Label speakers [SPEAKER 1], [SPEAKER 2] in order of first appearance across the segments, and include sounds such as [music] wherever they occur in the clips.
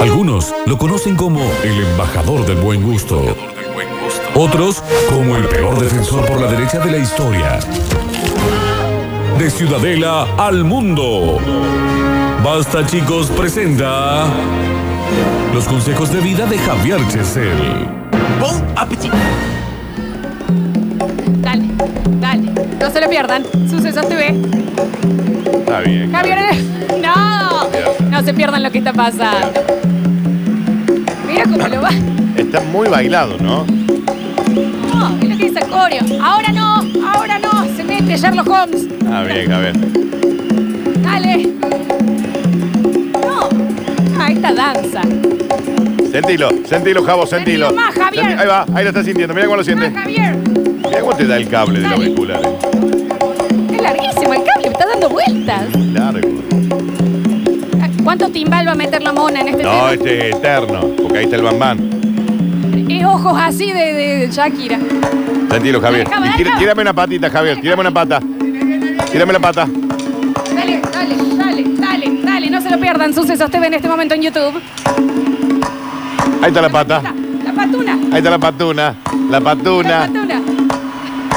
[SPEAKER 1] Algunos lo conocen como el embajador del buen gusto. Otros como el peor defensor por la derecha de la historia. De Ciudadela al mundo. Basta chicos presenta los consejos de vida de Javier Chesel.
[SPEAKER 2] Bon appetit.
[SPEAKER 3] Dale, dale. No se lo pierdan. Suceso TV.
[SPEAKER 4] Está bien.
[SPEAKER 3] Javier. [laughs] No. No se pierdan lo que está pasando. Mira cómo lo va.
[SPEAKER 4] Está muy bailado, ¿no?
[SPEAKER 3] No, Oh, mira lo que dice el coreo. Ahora no, ahora no. Se mete Sherlock Holmes.
[SPEAKER 4] Está Ah, bien, Javier.
[SPEAKER 3] Dale. No. Ah, esta danza.
[SPEAKER 4] Sentilo, sentilo, Javo, sentilo.
[SPEAKER 3] Sentilo más, Javier.
[SPEAKER 4] Senti- Ahí va, ahí lo está sintiendo. Mira cómo lo siente.
[SPEAKER 3] Ah, Javier.
[SPEAKER 4] Mira cómo te da el cable del
[SPEAKER 3] Dale.
[SPEAKER 4] auricular. eh.
[SPEAKER 3] Es larguísimo el cable. Está dando vueltas.
[SPEAKER 4] Largo.
[SPEAKER 3] Ah, ¿Cuánto timbal va a meter la mona en este
[SPEAKER 4] No,
[SPEAKER 3] tema?
[SPEAKER 4] este es eterno. Porque ahí está el bambán.
[SPEAKER 3] Es ojos así de, de Shakira.
[SPEAKER 4] Sentilo, Javier.
[SPEAKER 3] Dale, Javo,
[SPEAKER 4] Y
[SPEAKER 3] dale,
[SPEAKER 4] tira-
[SPEAKER 3] Javo.
[SPEAKER 4] tírame una patita, Javier. Tírame una pata. Tírame la pata.
[SPEAKER 3] Dale, dale, dale, dale, dale. No se lo pierdan. Sucesos TV en este momento en YouTube.
[SPEAKER 4] Ahí está la pata.
[SPEAKER 3] La patuna.
[SPEAKER 4] Ahí está la patuna. La
[SPEAKER 3] La
[SPEAKER 4] patuna.
[SPEAKER 3] patuna.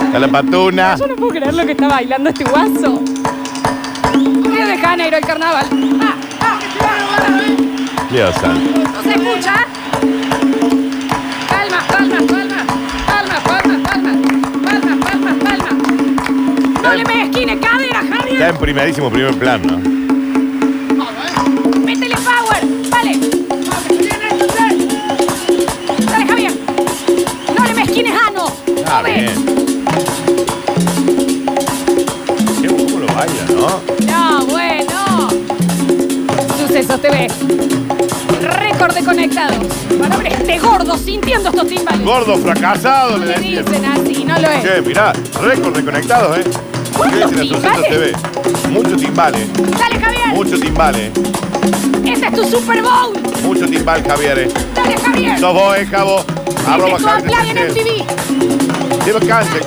[SPEAKER 4] Está la patuna.
[SPEAKER 3] Yo no puedo creer lo que está bailando este guaso. Río de Janeiro, el carnaval. Ah, ah, ah,
[SPEAKER 4] Dios santo.
[SPEAKER 3] ah. ¿No se escucha? Palma, palma, palma. Palma, palma, palma. Palma, palma, palma. No le mezquine cadera,
[SPEAKER 4] Está
[SPEAKER 3] Javier.
[SPEAKER 4] en primerísimo primer plano, ¿no?
[SPEAKER 3] Métele power. Vale. Dale, Javier. No le mezquines ano.
[SPEAKER 4] Está
[SPEAKER 3] Come.
[SPEAKER 4] Ah, bien. Qué cómo lo baila, ¿no?
[SPEAKER 3] No, bueno. Sucesos TV. Récord de conectados. Valores de gordo sintiendo estos timbales.
[SPEAKER 4] Gordo fracasado,
[SPEAKER 3] No
[SPEAKER 4] le
[SPEAKER 3] le
[SPEAKER 4] decían.
[SPEAKER 3] dicen así, no lo es.
[SPEAKER 4] Che, mirá, récord reconectados, ¿eh?
[SPEAKER 3] ¿Cuántos
[SPEAKER 4] ¿Qué dicen a 300
[SPEAKER 3] timbales?
[SPEAKER 4] TV? Mucho timbales,
[SPEAKER 3] Dale, Javier.
[SPEAKER 4] mucho timbales,
[SPEAKER 3] Ese es tu Super Bowl.
[SPEAKER 4] mucho timbal, Javier. ¿eh?
[SPEAKER 3] Dale, Javier.
[SPEAKER 4] Sos vos, eh, Javo. Arroba
[SPEAKER 3] Empezó a hablar en Ah.
[SPEAKER 4] Javier.
[SPEAKER 3] MTV.
[SPEAKER 4] Se lo canse.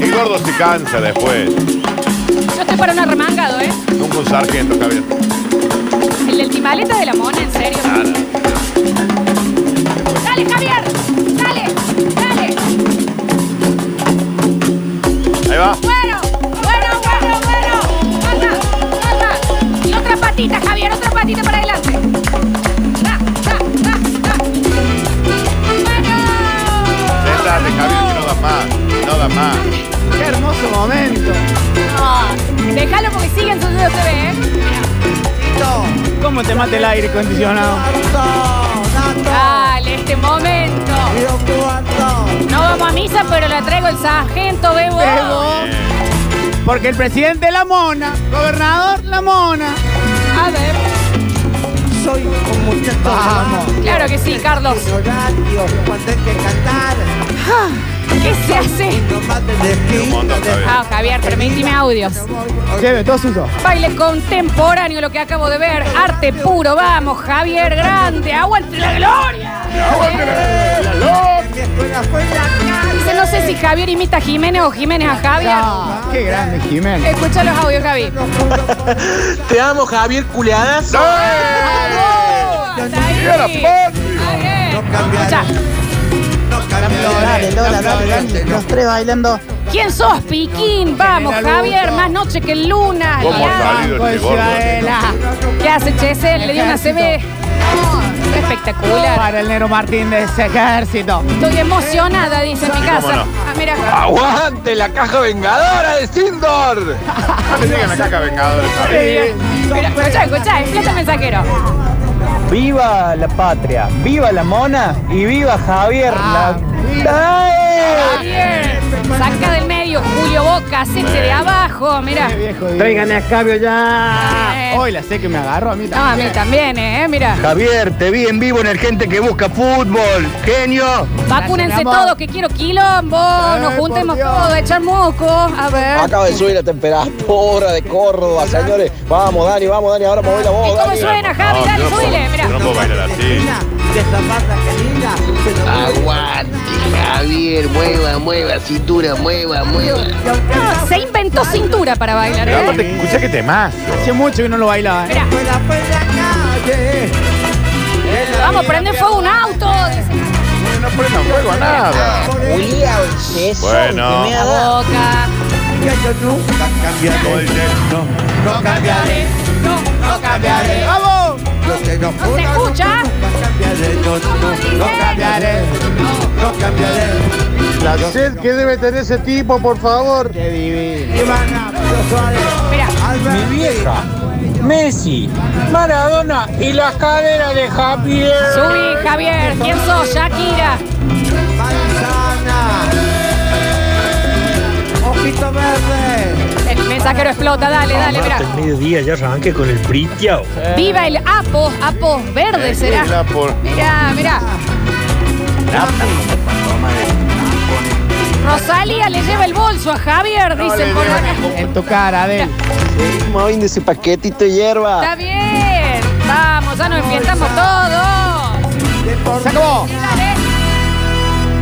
[SPEAKER 4] El gordo se cansa después.
[SPEAKER 3] Yo estoy para un arremangado, ¿eh?
[SPEAKER 4] Nunca un sargento, Javier.
[SPEAKER 3] El del timbaleta de la mona, en serio.
[SPEAKER 4] Nada.
[SPEAKER 3] Dale, Javier. Dale, dale.
[SPEAKER 4] Ahí va.
[SPEAKER 3] Bueno, bueno, bueno, bueno. Calma, calma. Y otra patita, Javier, otra patita para adelante. Ah, Ra, ra, ra, ra. Bueno.
[SPEAKER 4] Sentate, Javier, que no das más. No das más.
[SPEAKER 2] Qué hermoso momento.
[SPEAKER 3] Ah, Déjalo porque siguen sus dedos TV, ¿eh?
[SPEAKER 2] ¿Cómo te mata el aire acondicionado?
[SPEAKER 3] Dale, este momento. No vamos a misa, pero le traigo el sargento Bebo.
[SPEAKER 2] Bebo. Porque el presidente la mona, gobernador la mona.
[SPEAKER 3] A ver,
[SPEAKER 5] Soy como usted
[SPEAKER 6] Ah.
[SPEAKER 2] Vamos.
[SPEAKER 3] claro que sí, Carlos.
[SPEAKER 5] horario cuando hay que cantar.
[SPEAKER 3] ¿Qué se hace?
[SPEAKER 5] Nomás de esquina,
[SPEAKER 4] Un montón, Javier.
[SPEAKER 3] Ah, Javier, permíteme audios.
[SPEAKER 2] Lleve, todo suyo.
[SPEAKER 3] Baile contemporáneo, lo que acabo de ver. Arte puro, vamos, Javier Grande. ¡Aguante la gloria!
[SPEAKER 5] de mi escuela fue la calle.
[SPEAKER 3] Dice, no sé si Javier imita a Jiménez o Jiménez a Javier.
[SPEAKER 2] Ah, qué grande, Jiménez.
[SPEAKER 3] Escucha los audios, Javi.
[SPEAKER 6] Te amo, Javier Culeadas.
[SPEAKER 3] ¡Bravo! Hasta ahí.
[SPEAKER 4] Era Patri.
[SPEAKER 3] Está bien.
[SPEAKER 5] No cambiaré.
[SPEAKER 3] Escucha,
[SPEAKER 5] No cambió
[SPEAKER 6] Dale, Lola, dale, dale. Los tres bailando.
[SPEAKER 3] ¿quién sos, Piquín? Vamos, Javier, más noche que luna.
[SPEAKER 4] ¿Cómo
[SPEAKER 3] Ya.
[SPEAKER 4] ha salido
[SPEAKER 2] Banco de
[SPEAKER 4] este gordo?
[SPEAKER 2] Ciudadela.
[SPEAKER 3] ¿Qué hace Chesel? Le dio una CB. No, está espectacular.
[SPEAKER 2] Para el Nero Martín de ese ejército.
[SPEAKER 3] Estoy emocionada, dice en mi casa.
[SPEAKER 4] no.
[SPEAKER 3] Ah, mira.
[SPEAKER 6] ¡Aguante la caja vengadora de Sindor!
[SPEAKER 4] No te digan acá, Vengadores, Javier.
[SPEAKER 3] Mira, escuchá, escuchá, en plata mensajero.
[SPEAKER 6] ¡Viva la patria! ¡Viva la mona! ¡Y viva Javier!
[SPEAKER 2] Ah,
[SPEAKER 6] la... ¡Dale!
[SPEAKER 3] Javier, saca del medio Julio Boca, hacete de abajo, mira.
[SPEAKER 2] Qué viejo Diego.
[SPEAKER 7] Tráiganme a Cabio ya.
[SPEAKER 3] Eh,
[SPEAKER 2] Hoy la sé que me agarró a mí
[SPEAKER 3] No, a mí
[SPEAKER 2] también.
[SPEAKER 3] también, eh, mira.
[SPEAKER 7] Javier, te vi en vivo en el gente que busca fútbol. Genio.
[SPEAKER 3] Vacúnense
[SPEAKER 2] amor.
[SPEAKER 3] todos, que quiero quilombo, nos
[SPEAKER 2] por
[SPEAKER 3] juntemos
[SPEAKER 2] Dios.
[SPEAKER 3] todos, echar moco, a ver.
[SPEAKER 8] Acaba de subir la temperatura de Córdoba, señores. Vamos, Dani, vamos, Dani, ahora movila
[SPEAKER 3] ¿Y
[SPEAKER 8] vos,
[SPEAKER 3] cómo
[SPEAKER 8] Dani.
[SPEAKER 3] suena, Javi?
[SPEAKER 4] No,
[SPEAKER 3] Dale,
[SPEAKER 4] yo no puedo-
[SPEAKER 3] subile, mira.
[SPEAKER 4] yo no puedo bailar así.
[SPEAKER 5] De esa pata que linda. se lo
[SPEAKER 9] Aguante, Javier, mueva, mueva, cintura, mueva, mueva.
[SPEAKER 3] No, se inventó cintura para bailar,
[SPEAKER 4] Pero
[SPEAKER 3] ¿eh?
[SPEAKER 4] aparte, escuchá que te más.
[SPEAKER 2] Hace mucho que no lo bailaba. ¿eh?
[SPEAKER 3] Mira,
[SPEAKER 5] Escuela fue la calle. En la
[SPEAKER 3] Bueno, prende fuego un auto.
[SPEAKER 4] No prendan fuego a nada.
[SPEAKER 10] Julián, eso
[SPEAKER 4] Bueno.
[SPEAKER 10] que me ha
[SPEAKER 3] La
[SPEAKER 10] dado.
[SPEAKER 3] boca.
[SPEAKER 5] yo nunca
[SPEAKER 4] Como
[SPEAKER 5] cambiaré.
[SPEAKER 4] dice,
[SPEAKER 5] No, no cambiaré.
[SPEAKER 3] No,
[SPEAKER 5] No cambiaré. ¡Vamos! Lo que no
[SPEAKER 3] se
[SPEAKER 5] pueda,
[SPEAKER 3] escucha.
[SPEAKER 5] nunca cambiaré. No, no, no cambiaré. No cambiaré.
[SPEAKER 11] La sed que debe tener ese tipo, por favor.
[SPEAKER 5] Ivana, Pablo Suárez,
[SPEAKER 3] mira.
[SPEAKER 5] Alba,
[SPEAKER 6] Mi vieja, Messi, Maradona y las caderas de Javier.
[SPEAKER 3] Subí, Javier. ¿Quién sos? Shakira.
[SPEAKER 5] Manzana. Ojito verde.
[SPEAKER 3] El mensajero explota. Dale, dale, mira.
[SPEAKER 6] mediodía ya arranque con el britiao.
[SPEAKER 3] Viva el Apo. Apo verde será.
[SPEAKER 4] Eh, la por-
[SPEAKER 3] Mira, mira. Rosalía le lleva el bolso a Javier, dicen por acá.
[SPEAKER 2] En tu cara, Adel.
[SPEAKER 10] Moviendo ese paquetito de hierba.
[SPEAKER 3] Está bien. Vamos, ya nos enfrentamos todos.
[SPEAKER 5] De por
[SPEAKER 2] Se acabó.
[SPEAKER 3] Sí, dale.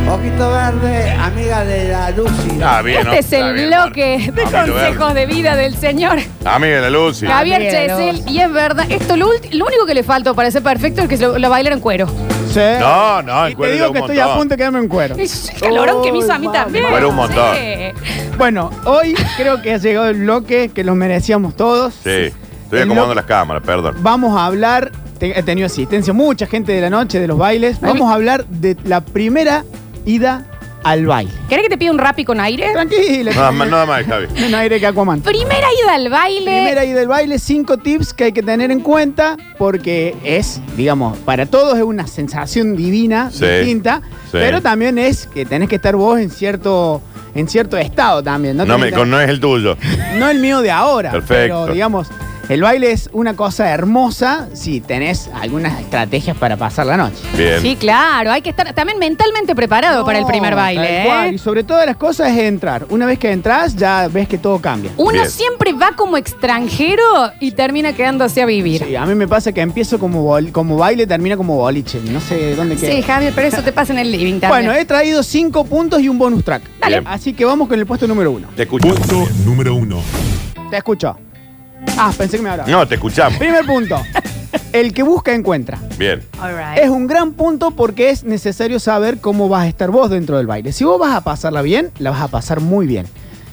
[SPEAKER 5] Ojito verde, amiga de la Lucy.
[SPEAKER 4] Está Ah, bien, ¿no?
[SPEAKER 3] Este es
[SPEAKER 4] Está
[SPEAKER 3] el
[SPEAKER 4] bien,
[SPEAKER 3] bloque de
[SPEAKER 4] Marco. Amigo de-
[SPEAKER 3] consejos de vida del señor
[SPEAKER 4] Amigo de Ah, la Lucy.
[SPEAKER 3] Javier
[SPEAKER 2] Bien,
[SPEAKER 3] Chesel. Y es verdad, esto lo, ulti- lo único que le faltó para ser perfecto es que se lo, lo bailara en cuero. [laughs]
[SPEAKER 2] Sí.
[SPEAKER 4] No, no, el
[SPEAKER 2] Y te
[SPEAKER 4] cuero era
[SPEAKER 2] digo
[SPEAKER 4] un
[SPEAKER 2] que estoy a
[SPEAKER 4] montón.
[SPEAKER 2] punto de quedarme en cuero.
[SPEAKER 3] Es el calorón que me hizo a mí
[SPEAKER 5] Oh,
[SPEAKER 3] también.
[SPEAKER 4] madre. Cuero un montón.
[SPEAKER 3] Sí.
[SPEAKER 2] Bueno, hoy creo que ha llegado el bloque que los merecíamos todos.
[SPEAKER 4] Sí. Estoy
[SPEAKER 2] El
[SPEAKER 4] acomodando
[SPEAKER 2] bloque-
[SPEAKER 4] las cámaras, perdón.
[SPEAKER 2] Vamos a hablar, te- he tenido asistencia, mucha gente de la noche, de los bailes. Vamos a hablar de la primera ida al baile.
[SPEAKER 3] ¿Querés que te pida un rapi con aire?
[SPEAKER 2] Tranquila.
[SPEAKER 4] Nada
[SPEAKER 2] que-
[SPEAKER 4] más, nada más, Javi.
[SPEAKER 2] No hay aire que Aquaman.
[SPEAKER 3] Primera ida al baile.
[SPEAKER 2] Primera ida al baile, cinco tips que hay que tener en cuenta porque es, digamos, para todos es una sensación divina,
[SPEAKER 4] Sí,
[SPEAKER 2] distinta,
[SPEAKER 4] sí.
[SPEAKER 2] pero también es que tenés que estar vos en cierto, en cierto estado también. No,
[SPEAKER 4] No, me,
[SPEAKER 2] Tenés-
[SPEAKER 4] con- no es el tuyo.
[SPEAKER 2] no el mío de ahora,
[SPEAKER 4] Perfecto.
[SPEAKER 2] pero digamos, el baile es una cosa hermosa si tenés algunas estrategias para pasar la noche.
[SPEAKER 4] Bien.
[SPEAKER 3] Sí, claro, hay que estar también mentalmente preparado para el primer
[SPEAKER 2] No,
[SPEAKER 3] baile.
[SPEAKER 2] Oh, tal
[SPEAKER 3] ¿eh?
[SPEAKER 2] cual. Y sobre todas las cosas es entrar. Una vez que entras, ya ves que todo cambia.
[SPEAKER 3] Uno
[SPEAKER 4] Bien.
[SPEAKER 3] siempre va como extranjero y termina quedándose a vivir.
[SPEAKER 2] Sí, a mí me pasa que empiezo como, bol- como baile, termina como boliche. No sé dónde
[SPEAKER 3] Sí,
[SPEAKER 2] queda.
[SPEAKER 3] Javier, pero eso te pasa en el living también.
[SPEAKER 2] bueno, he traído cinco puntos y un bonus track.
[SPEAKER 4] Dale. Bien.
[SPEAKER 2] Así que vamos con el puesto número uno.
[SPEAKER 4] Te escucho.
[SPEAKER 1] número uno.
[SPEAKER 2] Te escucho. Ah, pensé que me hablaba.
[SPEAKER 4] No, te escuchamos.
[SPEAKER 3] [laughs]
[SPEAKER 2] Primer punto. El que busca encuentra.
[SPEAKER 4] Bien.
[SPEAKER 3] All right.
[SPEAKER 2] Es un gran punto porque es necesario saber cómo vas a estar vos dentro del baile. Si vos vas a pasarla bien, la vas a pasar muy bien.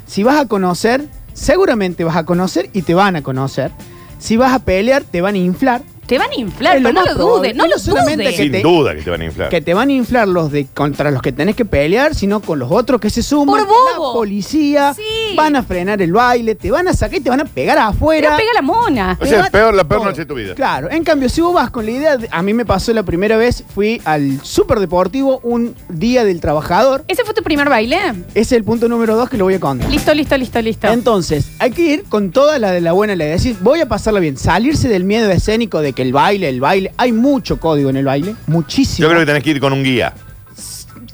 [SPEAKER 2] Si vas a conocer, seguramente vas a conocer y te van a conocer. Si vas a pelear, te van a inflar.
[SPEAKER 3] Te van a inflar,
[SPEAKER 2] Es lo
[SPEAKER 3] pero no
[SPEAKER 2] más
[SPEAKER 3] lo dudes,
[SPEAKER 2] probable.
[SPEAKER 3] no
[SPEAKER 2] No
[SPEAKER 3] lo
[SPEAKER 2] solamente
[SPEAKER 3] dudes.
[SPEAKER 2] que
[SPEAKER 4] Sin
[SPEAKER 2] te-
[SPEAKER 4] duda que te van a inflar.
[SPEAKER 2] Que te van a inflar los de contra los que tenés que pelear, sino con los otros que se
[SPEAKER 3] Por
[SPEAKER 2] suman.
[SPEAKER 3] bobo.
[SPEAKER 2] La policía.
[SPEAKER 3] Sí.
[SPEAKER 2] Van a frenar el baile, te van a sacar y te van a pegar
[SPEAKER 3] Te
[SPEAKER 2] afuera.
[SPEAKER 3] pega la mona.
[SPEAKER 4] O sea, es peor, la peor
[SPEAKER 2] Todo.
[SPEAKER 4] noche de tu vida.
[SPEAKER 2] Claro, en cambio, si vos vas con la idea, de- a mí me pasó la primera vez, fui al Superdeportivo un día del trabajador.
[SPEAKER 3] ¿Ese fue tu primer baile?
[SPEAKER 2] Ese es el punto número dos que lo voy a contar.
[SPEAKER 3] Listo, listo, listo, listo.
[SPEAKER 2] Entonces, hay que ir con toda la de la buena, la de decir, voy a pasarla bien, salirse del miedo escénico de que el baile, el baile, hay mucho código en el baile, muchísimo.
[SPEAKER 4] Yo creo que tenés que ir con un guía.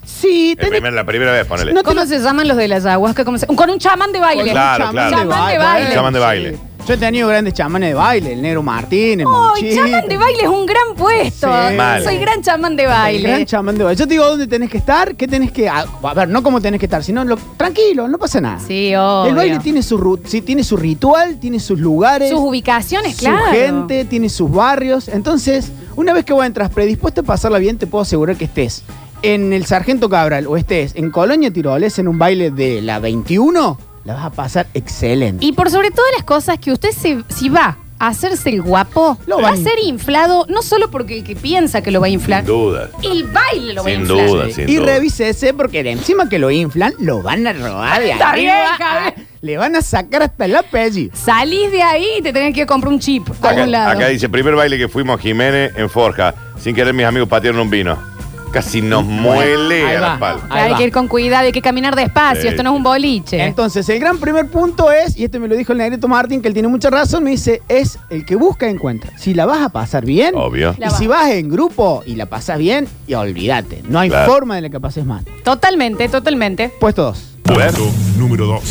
[SPEAKER 2] sí,
[SPEAKER 4] El
[SPEAKER 2] tenés-
[SPEAKER 4] primer- la primera vez, ponele.
[SPEAKER 2] No te
[SPEAKER 3] ¿Cómo se llaman los de la ayahuasca? ¿Cómo se- Con un chamán de baile.
[SPEAKER 4] Claro,
[SPEAKER 2] chamán
[SPEAKER 4] claro.
[SPEAKER 2] de
[SPEAKER 3] Chamán de
[SPEAKER 2] ba-
[SPEAKER 3] baile.
[SPEAKER 4] Chamán de baile.
[SPEAKER 2] Sí. Yo he tenido grandes chamanes de baile, el negro Martín,
[SPEAKER 3] ¡Ay,
[SPEAKER 2] el Monchito.
[SPEAKER 3] chamán de baile es un gran puesto!
[SPEAKER 2] Sí.
[SPEAKER 4] Mal.
[SPEAKER 3] Soy gran chamán de
[SPEAKER 2] El gran
[SPEAKER 3] baile.
[SPEAKER 2] chamán de baile. Yo te digo dónde tenés que estar, qué tenés que. A, a ver, no cómo tenés que estar, sino lo, tranquilo, no pasa nada.
[SPEAKER 3] Sí, obvio.
[SPEAKER 2] El baile tiene su, ru- sí, tiene su ritual, tiene sus lugares,
[SPEAKER 3] sus ubicaciones,
[SPEAKER 2] su
[SPEAKER 3] claro.
[SPEAKER 2] gente, tiene sus barrios. Entonces, una vez que vos entras predispuesto a pasarla bien, te puedo asegurar que estés en el Sargento Cabral o estés en Colonia Tiroles en un baile de la 21, la vas a pasar excelente.
[SPEAKER 3] Y por sobre todas las cosas que usted se, si va a hacerse el guapo,
[SPEAKER 2] Lo
[SPEAKER 3] va
[SPEAKER 2] va
[SPEAKER 3] a
[SPEAKER 2] a
[SPEAKER 3] ser inflado, no solo porque el que piensa que lo va a inflar,
[SPEAKER 4] Sin duda.
[SPEAKER 3] el baile lo va a
[SPEAKER 4] Sin
[SPEAKER 3] inflar.
[SPEAKER 4] duda, sin
[SPEAKER 2] Y
[SPEAKER 4] duda.
[SPEAKER 2] revísese porque de encima que lo inflan, lo van a robar
[SPEAKER 3] [laughs]
[SPEAKER 2] de
[SPEAKER 3] Está bien,
[SPEAKER 2] arriba.
[SPEAKER 3] Javier.
[SPEAKER 2] Le van a sacar hasta el apellido.
[SPEAKER 3] Salís de ahí y te tenés que comprar un chip a algún
[SPEAKER 4] Acá,
[SPEAKER 3] lado.
[SPEAKER 4] acá dice, primer baile que fuimos Jiménez en Forja. Sin querer mis amigos patearon un vino. Casi nos muele
[SPEAKER 2] ahí
[SPEAKER 4] a
[SPEAKER 2] va.
[SPEAKER 4] la espalda.
[SPEAKER 3] Claro,
[SPEAKER 2] Ahí
[SPEAKER 3] hay
[SPEAKER 2] va.
[SPEAKER 3] que ir con cuidado, hay que caminar despacio,
[SPEAKER 4] Sí.
[SPEAKER 3] esto no es un boliche.
[SPEAKER 2] Entonces, el gran primer punto es, y este me lo dijo el negrito Martín, que él tiene mucha razón, me dice, es el que busca encuentra. Si la vas a pasar bien,
[SPEAKER 4] Obvio.
[SPEAKER 3] La
[SPEAKER 2] y si vas en grupo y la pasas bien, y olvídate, no hay
[SPEAKER 4] Claro.
[SPEAKER 2] forma de la que pases mal.
[SPEAKER 3] totalmente, totalmente.
[SPEAKER 2] Puesto 2.
[SPEAKER 4] A ver.
[SPEAKER 1] número dos.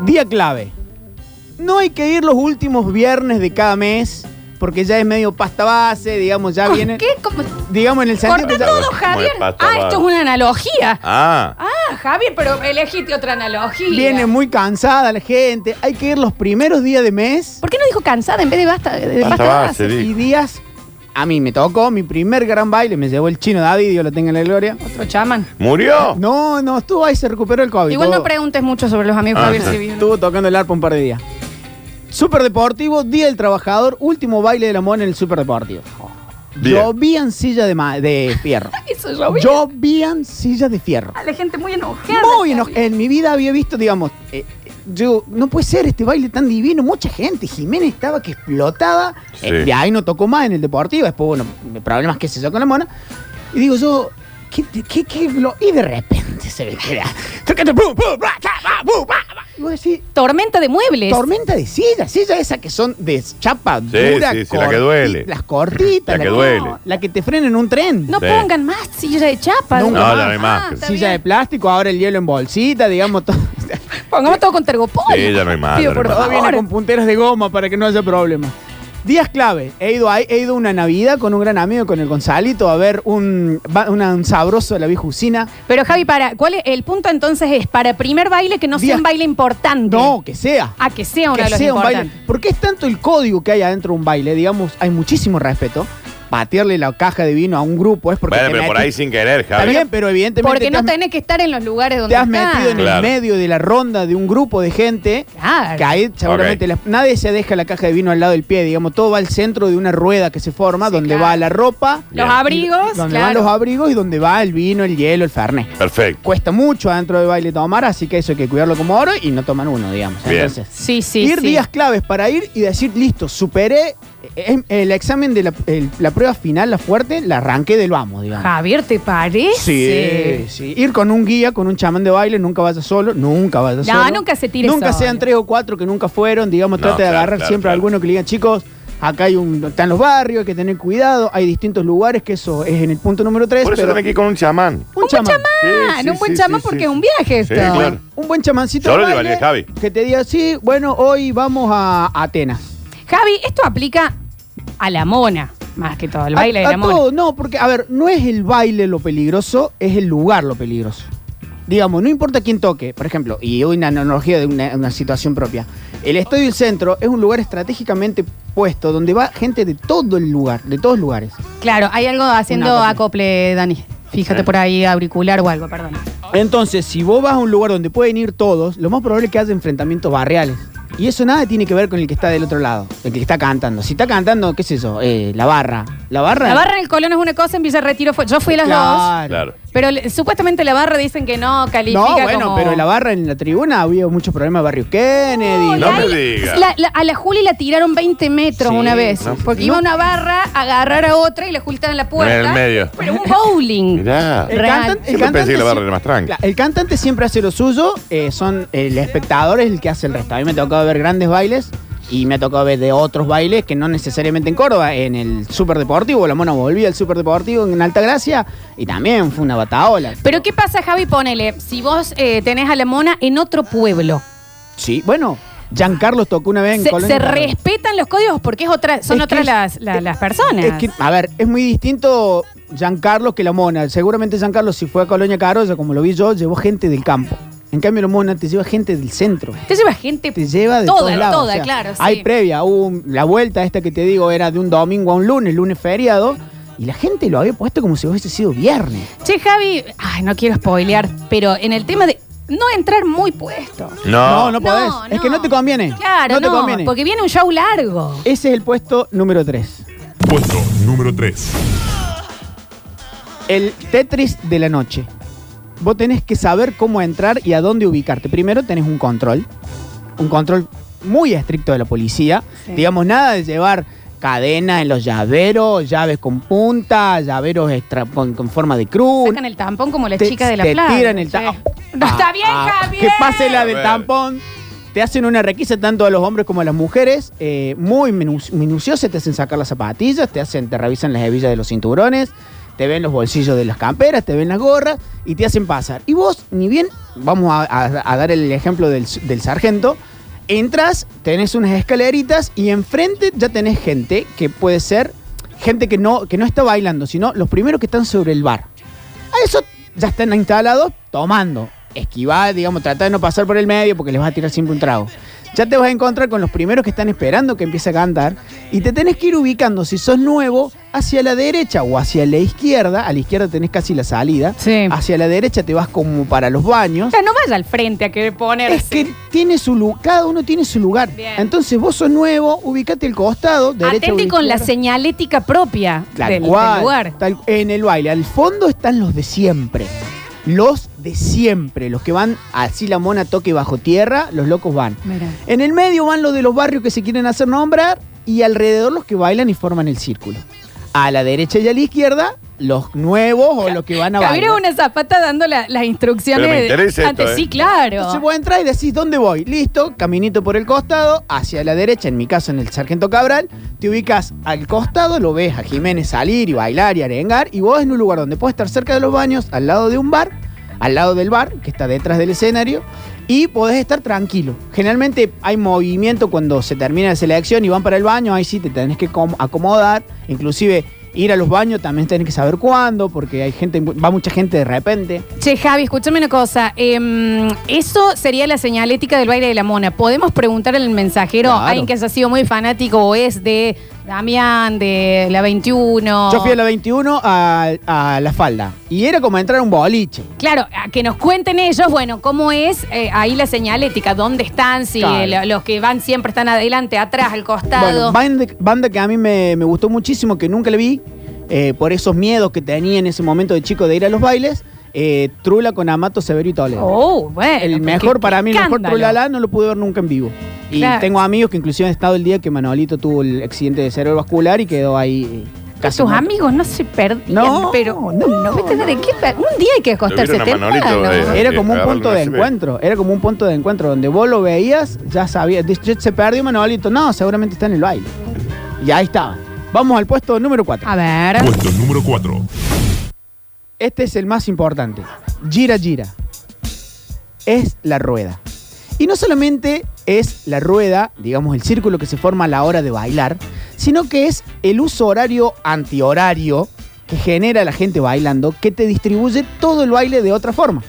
[SPEAKER 2] Día clave. No hay que ir los últimos viernes de cada mes, porque ya es medio pasta base, digamos, ya
[SPEAKER 3] ¿Con
[SPEAKER 2] viene...
[SPEAKER 3] ¿Qué? ¿Cómo?
[SPEAKER 2] Digamos en el sentido
[SPEAKER 3] Corta
[SPEAKER 2] que ya-
[SPEAKER 3] todo,
[SPEAKER 4] Como de
[SPEAKER 3] Javier.
[SPEAKER 4] pasta
[SPEAKER 3] Ah, esto
[SPEAKER 4] base.
[SPEAKER 3] es una analogía.
[SPEAKER 4] Ah,
[SPEAKER 3] Ah, Javier, pero elegiste otra analogía.
[SPEAKER 2] viene muy cansada la gente, hay que ir los primeros días de mes
[SPEAKER 3] ¿Por qué no dijo cansada en vez de basta de, de
[SPEAKER 4] Pasta
[SPEAKER 3] basta
[SPEAKER 4] base,
[SPEAKER 3] base?
[SPEAKER 4] Sí.
[SPEAKER 2] y días A mí me tocó mi primer gran baile, me llevó el chino David, Dios lo tenga en la gloria.
[SPEAKER 3] Otro chamán.
[SPEAKER 4] ¿Murió?
[SPEAKER 2] No, no, estuvo ahí, se recuperó el COVID.
[SPEAKER 3] Igual no
[SPEAKER 2] Todo-
[SPEAKER 3] preguntes mucho sobre los amigos
[SPEAKER 4] Ah,
[SPEAKER 3] Javier
[SPEAKER 4] sí.
[SPEAKER 3] Civil.
[SPEAKER 2] Estuvo tocando el arpa un par de días. Super Deportivo, Día del Trabajador, último baile de la mona en el Super Deportivo.
[SPEAKER 4] Bien.
[SPEAKER 2] Llovían silla de, ma- de fierro.
[SPEAKER 3] [laughs] Eso yo vi.
[SPEAKER 2] Llovían silla de fierro.
[SPEAKER 3] A Ah, la gente muy enojada.
[SPEAKER 2] Muy
[SPEAKER 3] Javi.
[SPEAKER 2] enojado. En mi vida había visto, digamos, eh, eh, yo, no puede ser este baile tan divino. Mucha gente, Jiménez estaba que explotaba.
[SPEAKER 4] Sí.
[SPEAKER 2] Eh, de ahí no tocó más en el deportivo. Después, bueno, problemas que se yo con la mona. Y digo yo, ¿qué, te- qué, qué lo- Y de repente se ve
[SPEAKER 4] [laughs]
[SPEAKER 2] que era. "Tocate, pum, pum, bra, cha, ba, bu, ba, ba". Y vos decís,
[SPEAKER 3] Tormenta de muebles.
[SPEAKER 2] tormenta de sillas, sillas esas que son de chapa dura.
[SPEAKER 4] sí, sí, la que
[SPEAKER 2] corti-
[SPEAKER 4] duele.
[SPEAKER 2] Las cortitas.
[SPEAKER 4] La que duele.
[SPEAKER 2] la que te frena en un tren.
[SPEAKER 3] no
[SPEAKER 4] Sí.
[SPEAKER 3] pongan más silla de chapa. Ah,
[SPEAKER 2] Nunca
[SPEAKER 4] No, ya no hay más.
[SPEAKER 3] está
[SPEAKER 2] Silla de
[SPEAKER 3] bien.
[SPEAKER 2] plástico, ahora el hielo en bolsita, digamos, [laughs] todo.
[SPEAKER 3] Pongamos todo con tergopol.
[SPEAKER 4] Sí, ya no hay más,
[SPEAKER 3] Pido,
[SPEAKER 4] ya no hay
[SPEAKER 3] por
[SPEAKER 4] más.
[SPEAKER 2] Todo viene con
[SPEAKER 3] favor.
[SPEAKER 2] punteros de goma para que no haya problema. Días clave. He ido, a, he ido una Navidad con un gran amigo, con el Gonzalito, a ver un, ba- una- un sabroso de la viejucina.
[SPEAKER 3] Pero Javi, para, ¿cuál es el punto entonces es para primer baile que no sea
[SPEAKER 2] Días-
[SPEAKER 3] un baile importante?
[SPEAKER 2] No, que sea.
[SPEAKER 3] A que sea Ah, uno
[SPEAKER 2] Que
[SPEAKER 3] de los
[SPEAKER 2] sea un
[SPEAKER 3] importantes.
[SPEAKER 2] baile. Porque es tanto el código que hay adentro de un baile, digamos, hay muchísimo respeto. Patearle la caja de vino a un grupo es porque.
[SPEAKER 4] Bueno,
[SPEAKER 2] te
[SPEAKER 4] pero por
[SPEAKER 2] metiste-
[SPEAKER 4] ahí sin querer,
[SPEAKER 2] Está
[SPEAKER 4] Javi.
[SPEAKER 2] bien, pero evidentemente.
[SPEAKER 3] Porque
[SPEAKER 2] te
[SPEAKER 3] no
[SPEAKER 2] has-
[SPEAKER 3] tenés que estar en los lugares donde
[SPEAKER 2] te has
[SPEAKER 3] estás.
[SPEAKER 2] metido en el
[SPEAKER 4] Claro.
[SPEAKER 2] medio de la ronda de un grupo de gente.
[SPEAKER 3] Claro.
[SPEAKER 2] Que ahí seguramente
[SPEAKER 4] Ok.
[SPEAKER 2] la- nadie se deja la caja de vino al lado del pie, digamos, todo va al centro de una rueda que se forma, donde
[SPEAKER 3] claro.
[SPEAKER 2] va la ropa,
[SPEAKER 3] Los
[SPEAKER 4] Bien.
[SPEAKER 3] abrigos,
[SPEAKER 2] donde van
[SPEAKER 3] claro.
[SPEAKER 2] los abrigos y donde va el vino, el hielo, el fernet.
[SPEAKER 4] Perfecto.
[SPEAKER 2] Cuesta mucho adentro del baile tomar, así que eso hay que cuidarlo como oro y no toman uno, digamos.
[SPEAKER 4] Bien.
[SPEAKER 2] Entonces,
[SPEAKER 3] sí, sí,
[SPEAKER 2] ir
[SPEAKER 3] sí.
[SPEAKER 2] días claves para ir y decir, listo, superé eh, el examen de la, el- la prueba final, la fuerte, la arranqué del vamos, digamos.
[SPEAKER 3] Javier, ¿te parece?
[SPEAKER 2] Sí, sí. Ir con un guía, con un chamán de baile, nunca vayas solo, nunca vayas
[SPEAKER 3] No,
[SPEAKER 2] solo.
[SPEAKER 3] nunca se tire
[SPEAKER 2] Nunca
[SPEAKER 3] solo.
[SPEAKER 2] sean tres o cuatro que nunca fueron, digamos,
[SPEAKER 4] No,
[SPEAKER 2] trate de
[SPEAKER 4] claro,
[SPEAKER 2] agarrar
[SPEAKER 4] claro,
[SPEAKER 2] siempre a
[SPEAKER 4] claro.
[SPEAKER 2] alguno que le digan, chicos, acá hay un, están los barrios, hay que tener cuidado, hay distintos lugares, que eso es en el punto número tres,
[SPEAKER 4] Por eso
[SPEAKER 2] pero
[SPEAKER 4] tenés que ir con un chamán.
[SPEAKER 2] un, chamán.
[SPEAKER 3] Ah,
[SPEAKER 4] Sí, sí,
[SPEAKER 3] un buen
[SPEAKER 4] sí,
[SPEAKER 3] chamán
[SPEAKER 4] sí,
[SPEAKER 3] porque
[SPEAKER 4] sí.
[SPEAKER 3] es un viaje esto.
[SPEAKER 4] Sí, claro.
[SPEAKER 2] Un buen chamancito
[SPEAKER 4] Yo
[SPEAKER 2] de
[SPEAKER 4] lo
[SPEAKER 2] baile
[SPEAKER 4] llevaría, Javi.
[SPEAKER 2] que te diga, sí, bueno, hoy vamos a Atenas.
[SPEAKER 3] Javi, esto aplica a la mona, más que todo, el baile
[SPEAKER 2] a,
[SPEAKER 3] de la
[SPEAKER 2] a
[SPEAKER 3] mona.
[SPEAKER 2] todo, no, porque, a ver, no es el baile lo peligroso, es el lugar lo peligroso. Digamos, no importa quién toque, por ejemplo, y una analogía de una, una situación propia. El estadio del centro es un lugar estratégicamente puesto donde va gente de todo el lugar, de todos lugares.
[SPEAKER 3] Claro, hay algo haciendo
[SPEAKER 2] Una
[SPEAKER 3] acople, Dani. Fíjate por ahí, auricular o algo, perdón.
[SPEAKER 2] Entonces, si vos vas a un lugar donde pueden ir todos, lo más probable es que haya enfrentamientos barriales. Y eso nada tiene que ver con el que está del otro lado, el que está cantando. Si está cantando, ¿qué es eso? Eh, la barra. La barra.
[SPEAKER 3] La barra en el Colón es una cosa, en Villa Retiro fue. Yo fui a las
[SPEAKER 2] Claro.
[SPEAKER 4] Claro.
[SPEAKER 3] dos. Pero le- supuestamente la barra dicen que no califica.
[SPEAKER 2] No, bueno,
[SPEAKER 3] como-
[SPEAKER 2] pero la barra en la tribuna había muchos problemas. Barrio Kennedy.
[SPEAKER 4] No
[SPEAKER 3] Y ahí
[SPEAKER 4] me digas.
[SPEAKER 3] la- la- a la Juli la tiraron 20 metros
[SPEAKER 2] Sí,
[SPEAKER 3] una vez.
[SPEAKER 2] no.
[SPEAKER 3] porque
[SPEAKER 2] No.
[SPEAKER 3] iba a una barra a agarrar a otra y la Juli estaba en la puerta.
[SPEAKER 4] En el medio.
[SPEAKER 3] Pero un bowling.
[SPEAKER 4] Mirá.
[SPEAKER 2] El
[SPEAKER 3] Real.
[SPEAKER 2] cantante-
[SPEAKER 4] Siempre
[SPEAKER 2] el
[SPEAKER 4] pensé
[SPEAKER 2] cantante
[SPEAKER 4] que la barra
[SPEAKER 2] sie-
[SPEAKER 4] era más tranqui.
[SPEAKER 2] Claro, El cantante siempre hace lo suyo, eh, son el espectador es el que hace el resto. A mí me ha tocado ver grandes bailes y me ha tocado ver de otros bailes que no necesariamente en Córdoba, en el Superdeportivo, la mona volvía al Superdeportivo en Altagracia y también fue una bataola.
[SPEAKER 3] Pero ¿qué pasa, Javi? Ponele, si vos eh, tenés a la mona en otro pueblo,
[SPEAKER 2] Sí, bueno, Giancarlo tocó una vez en
[SPEAKER 3] se,
[SPEAKER 2] Colonia
[SPEAKER 3] se
[SPEAKER 2] Córdoba.
[SPEAKER 3] respetan los códigos porque es otra, son
[SPEAKER 2] Es que
[SPEAKER 3] otras
[SPEAKER 2] es-
[SPEAKER 3] las, la- las personas.
[SPEAKER 2] Es que, a ver, es muy distinto Giancarlo que la mona. Seguramente Giancarlo, si fue a Colonia Carolla, como lo vi yo, llevó gente del campo. En cambio, la mona te lleva gente del centro.
[SPEAKER 3] Te lleva gente
[SPEAKER 2] Te lleva de
[SPEAKER 3] toda,
[SPEAKER 2] todos lados.
[SPEAKER 3] toda,
[SPEAKER 2] o sea,
[SPEAKER 3] claro. sí.
[SPEAKER 2] Hay previa. hubo un- la vuelta esta que te digo era de un domingo a un lunes, lunes feriado. Y la gente lo había puesto como si hubiese sido viernes.
[SPEAKER 3] Che, Javi, ay, no quiero spoilear, pero en el tema de no entrar muy puesto.
[SPEAKER 4] No.
[SPEAKER 2] no, podés. Es que no te conviene.
[SPEAKER 3] Claro,
[SPEAKER 2] No
[SPEAKER 3] no,
[SPEAKER 2] te conviene.
[SPEAKER 3] porque viene un show largo.
[SPEAKER 2] Ese es el puesto número 3.
[SPEAKER 1] Puesto número 3.
[SPEAKER 2] El Tetris de la noche. Vos tenés que saber cómo entrar y a dónde ubicarte. Primero tenés un control. Un control muy estricto de la policía.
[SPEAKER 3] Sí.
[SPEAKER 2] Digamos, nada de llevar cadenas en los llaveros, llaves con punta, llaveros extra- con, con forma de cruz.
[SPEAKER 3] Sacan el tampón como la
[SPEAKER 2] te-
[SPEAKER 3] chica de la
[SPEAKER 2] te
[SPEAKER 3] playa.
[SPEAKER 2] tiran el ta-
[SPEAKER 3] che. No está bien,
[SPEAKER 2] Ah,
[SPEAKER 3] Javier.
[SPEAKER 2] Que pase la del
[SPEAKER 4] A ver.
[SPEAKER 2] tampón. Te hacen una requisa tanto a los hombres como a las mujeres, eh, muy minu- minuciosa, te hacen sacar las zapatillas, te hacen, te revisan las hebillas de los cinturones, te ven los bolsillos de las camperas, te ven las gorras y te hacen pasar. Y vos, ni bien, vamos a, a- a dar el ejemplo del, s- del sargento, entras, tenés unas escaleritas y enfrente ya tenés gente que puede ser gente que no, que no está bailando, sino los primeros que están sobre el bar. A eso ya están instalados tomando. Esquivar, digamos, tratar de no pasar por el medio porque les vas a tirar siempre un trago. ya te vas a encontrar con los primeros que están esperando que empiece a cantar y te tenés que ir ubicando, si sos nuevo, hacia la derecha o hacia la izquierda. A la izquierda tenés casi la salida.
[SPEAKER 3] Sí.
[SPEAKER 2] Hacia la derecha te vas como para los
[SPEAKER 3] O
[SPEAKER 2] baños.
[SPEAKER 3] sea, no vaya al frente a querer ponerse.
[SPEAKER 2] Es que tiene su lu- cada uno tiene su lugar.
[SPEAKER 3] Bien.
[SPEAKER 2] Entonces vos sos nuevo, ubicate al costado, derecha o
[SPEAKER 3] Atente con la
[SPEAKER 2] izquierda.
[SPEAKER 3] señalética propia
[SPEAKER 2] Tal
[SPEAKER 3] del, del
[SPEAKER 2] cual,
[SPEAKER 3] lugar.
[SPEAKER 2] tal- en el baile, al fondo están los de siempre. Los de siempre, los que van así la mona toque bajo tierra, los locos van.
[SPEAKER 3] Mira.
[SPEAKER 2] En el medio van los de los barrios que se quieren hacer nombrar y alrededor los que bailan y forman el círculo. A la derecha y a la izquierda, los nuevos o los que van a
[SPEAKER 3] Javier
[SPEAKER 2] bailar.
[SPEAKER 3] es una zapata dando la- las instrucciones.
[SPEAKER 4] Pero me interesa
[SPEAKER 3] antes.
[SPEAKER 4] esto, ¿eh?
[SPEAKER 3] Sí, claro.
[SPEAKER 2] Entonces vos entrar y decís, ¿dónde voy? Listo, caminito por el costado, hacia la derecha, en mi caso en el Sargento Cabral, te ubicas al costado, lo ves a Jiménez salir y bailar y arengar, y vos en un lugar donde puedes estar cerca de los baños, al lado de un bar, al lado del bar, que está detrás del escenario, y podés estar tranquilo. Generalmente hay movimiento cuando se termina la selección y van para el baño, ahí sí te tenés que com- acomodar, inclusive... Ir a los baños también tenés que saber cuándo, porque hay gente, va mucha gente de repente.
[SPEAKER 3] Che, Javi, escúchame una cosa. Em, eso sería la señalética del baile de la mona. ¿Podemos preguntar al mensajero,
[SPEAKER 2] Claro.
[SPEAKER 3] a alguien que haya sido muy fanático o es de Damián, de la 21?
[SPEAKER 2] Yo fui a la 21 a, a la falda. Y era como entrar a un boliche.
[SPEAKER 3] Claro, a que nos cuenten ellos, bueno, cómo es eh, ahí la señalética, dónde están, si
[SPEAKER 2] Claro.
[SPEAKER 3] eh, lo- los que van siempre están adelante, atrás, al costado.
[SPEAKER 2] Bueno, banda, banda que a mí me, me gustó muchísimo, que nunca le vi, eh, por esos miedos que tenía en ese momento de chico de ir a los bailes, eh, Trula con Amato Severo y Toledo.
[SPEAKER 3] Oh, bueno,
[SPEAKER 2] el
[SPEAKER 3] pero
[SPEAKER 2] mejor
[SPEAKER 3] qué
[SPEAKER 2] para mí, el mejor
[SPEAKER 3] escándalo.
[SPEAKER 2] Trulalá, no lo pude ver nunca en vivo. Y
[SPEAKER 3] Claro.
[SPEAKER 2] tengo amigos que inclusive han estado el día que Manolito tuvo el accidente de cerebrovascular y quedó ahí eh, casi.
[SPEAKER 3] Tus
[SPEAKER 2] muerto.
[SPEAKER 3] amigos no se perdían,
[SPEAKER 2] No,
[SPEAKER 3] pero
[SPEAKER 2] no,
[SPEAKER 3] uno, ¿viste? ¿De qué per- un día hay que acostarse
[SPEAKER 4] vieron a
[SPEAKER 3] temprano.
[SPEAKER 4] Manolito, eh.
[SPEAKER 2] Era como un
[SPEAKER 4] Agarrarlo
[SPEAKER 2] punto
[SPEAKER 4] no
[SPEAKER 2] de
[SPEAKER 4] se ve.
[SPEAKER 2] encuentro, era como un punto de encuentro donde vos lo veías, ya sabías, dice, "Che, se perdió Manolito, no, seguramente está en el baile. Y ahí estaba. Vamos al puesto número
[SPEAKER 4] eh.
[SPEAKER 2] 4.
[SPEAKER 3] A ver,
[SPEAKER 1] Puesto número 4.
[SPEAKER 2] Este es el más importante. Gira, gira. Es la rueda. Y no solamente es la rueda, digamos, el círculo que se forma a la hora de bailar, sino que es el uso horario antihorario que genera la gente bailando, que te distribuye todo el baile de otra forma.